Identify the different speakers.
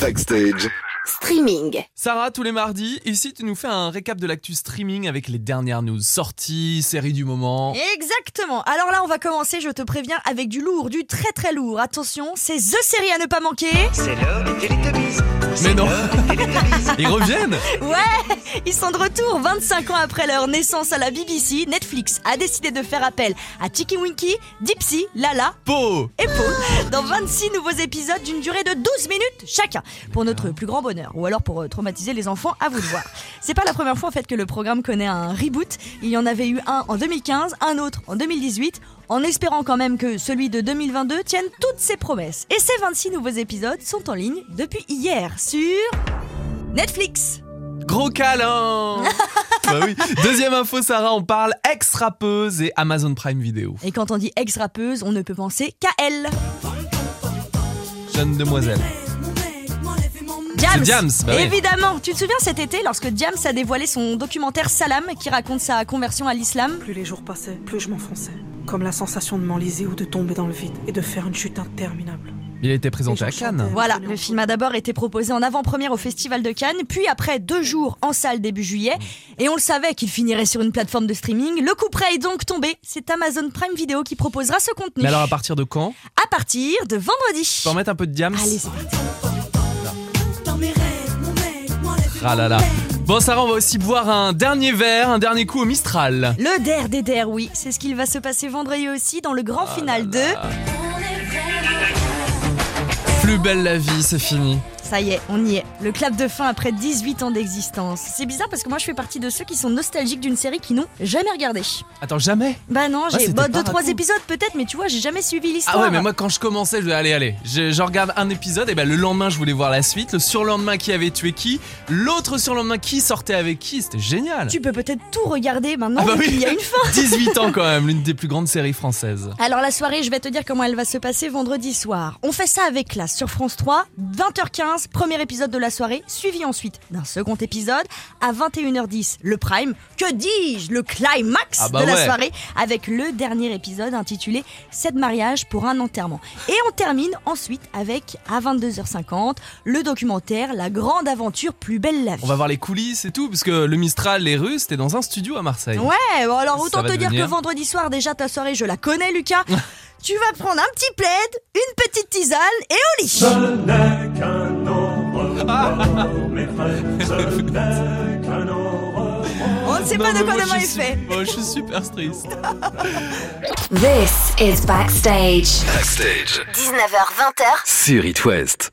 Speaker 1: Backstage.
Speaker 2: Streaming.
Speaker 3: Sarah, tous les mardis, ici tu nous fais un récap de l'actu streaming avec les dernières news sorties, séries du moment.
Speaker 4: Exactement. Alors là, on va commencer, je te préviens, avec du lourd, du très très lourd. Attention, c'est The Série à ne pas manquer.
Speaker 5: C'est l'heure des Teletubbies. C'est
Speaker 3: non.
Speaker 5: l'heure des Teletubbies.
Speaker 3: Ils reviennent
Speaker 4: Ouais, ils sont de retour 25 ans après leur naissance à la BBC. Netflix a décidé de faire appel à Chicky Winky, Dipsy, Lala
Speaker 3: Po
Speaker 4: et Paul dans 26 nouveaux épisodes d'une durée de 12 minutes chacun pour notre plus grand bonheur ou alors pour euh, traumatiser les enfants à vous de voir. C'est pas la première fois en fait que le programme connaît un reboot. Il y en avait eu un en 2015, un autre en 2018 en espérant quand même que celui de 2022 tienne toutes ses promesses. Et ces 26 nouveaux épisodes sont en ligne depuis hier sur Netflix.
Speaker 3: Gros câlin Bah oui. Deuxième info, Sarah, on parle ex-rappeuse et Amazon Prime Video.
Speaker 4: Et quand on dit ex-rappeuse, on ne peut penser qu'à elle.
Speaker 3: Jeune demoiselle.
Speaker 4: Jams,
Speaker 3: C'est Diams, bah oui.
Speaker 4: Évidemment Tu te souviens cet été lorsque Jams a dévoilé son documentaire Salam qui raconte sa conversion à l'islam
Speaker 6: Plus les jours passaient, plus je m'enfonçais. Comme la sensation de m'enliser ou de tomber dans le vide et de faire une chute interminable.
Speaker 3: Il a été présenté à Cannes.
Speaker 4: Voilà, le film a d'abord été proposé en avant-première au Festival de Cannes, puis après deux jours en salle début juillet,
Speaker 3: Mm.
Speaker 4: et on le savait qu'il finirait sur une plateforme de streaming. Le coup près est donc tombé, c'est Amazon Prime Video qui proposera ce contenu.
Speaker 3: Mais alors à partir de quand
Speaker 4: À partir de vendredi
Speaker 3: Je peux en mettre un peu de diams
Speaker 4: Allez, c'est parti
Speaker 3: Ah là là. Bon Sarah, on va aussi boire un dernier verre, un dernier coup au Mistral.
Speaker 4: Le der des der, oui, c'est ce qu'il va se passer vendredi aussi dans le
Speaker 3: Ah
Speaker 4: grand final de...
Speaker 3: Plus belle la vie, c'est fini.
Speaker 4: Ça y est, on y est. Le clap de fin après 18 ans d'existence. C'est bizarre parce que moi je fais partie de ceux qui sont nostalgiques d'une série qu'ils n'ont jamais regardée.
Speaker 3: Attends, jamais
Speaker 4: Bah non, j'ai
Speaker 3: c'était
Speaker 4: bah,
Speaker 3: pas
Speaker 4: deux trois
Speaker 3: raconte.
Speaker 4: épisodes peut-être, mais tu vois, j'ai jamais suivi l'histoire.
Speaker 3: Ah ouais, mais moi quand je commençais, je disais allez, allez, je, je regarde un épisode, et ben le lendemain je voulais voir la suite, le surlendemain qui avait tué qui, l'autre surlendemain qui sortait avec qui, c'était génial.
Speaker 4: Tu peux peut-être tout regarder maintenant,
Speaker 3: Ah bah
Speaker 4: vu
Speaker 3: oui.
Speaker 4: qu'il y a une fin.
Speaker 3: 18 ans quand même, l'une des plus grandes séries françaises.
Speaker 4: Alors la soirée, je vais te dire comment elle va se passer vendredi soir. On fait ça avec classe sur France 3, 20h15, premier épisode de la soirée, suivi ensuite d'un second épisode à 21h10, le prime, que dis-je, le climax
Speaker 3: Ah bah
Speaker 4: de la
Speaker 3: ouais.
Speaker 4: soirée, avec le dernier épisode intitulé 7 mariages pour un enterrement. Et on termine ensuite avec, à 22h50, le documentaire La grande aventure plus belle la vie.
Speaker 3: On va voir les coulisses et tout, parce que le Mistral, les Russes, c'était dans un studio à Marseille.
Speaker 4: Ouais, bon alors
Speaker 3: Ça
Speaker 4: autant
Speaker 3: va
Speaker 4: te dire que
Speaker 3: devenir.
Speaker 4: vendredi soir, déjà ta soirée, je la connais, Lucas. tu vas prendre un petit plaid, une petite tisane et au lit. On ne sait
Speaker 3: Non,
Speaker 4: pas de
Speaker 3: mais
Speaker 4: quoi
Speaker 3: moi,
Speaker 4: demain
Speaker 3: je
Speaker 4: est
Speaker 3: suis-
Speaker 4: fait.
Speaker 3: moi, je suis super triste.
Speaker 2: This is Backstage.
Speaker 1: Backstage.
Speaker 2: 19h20h
Speaker 1: Sur It West.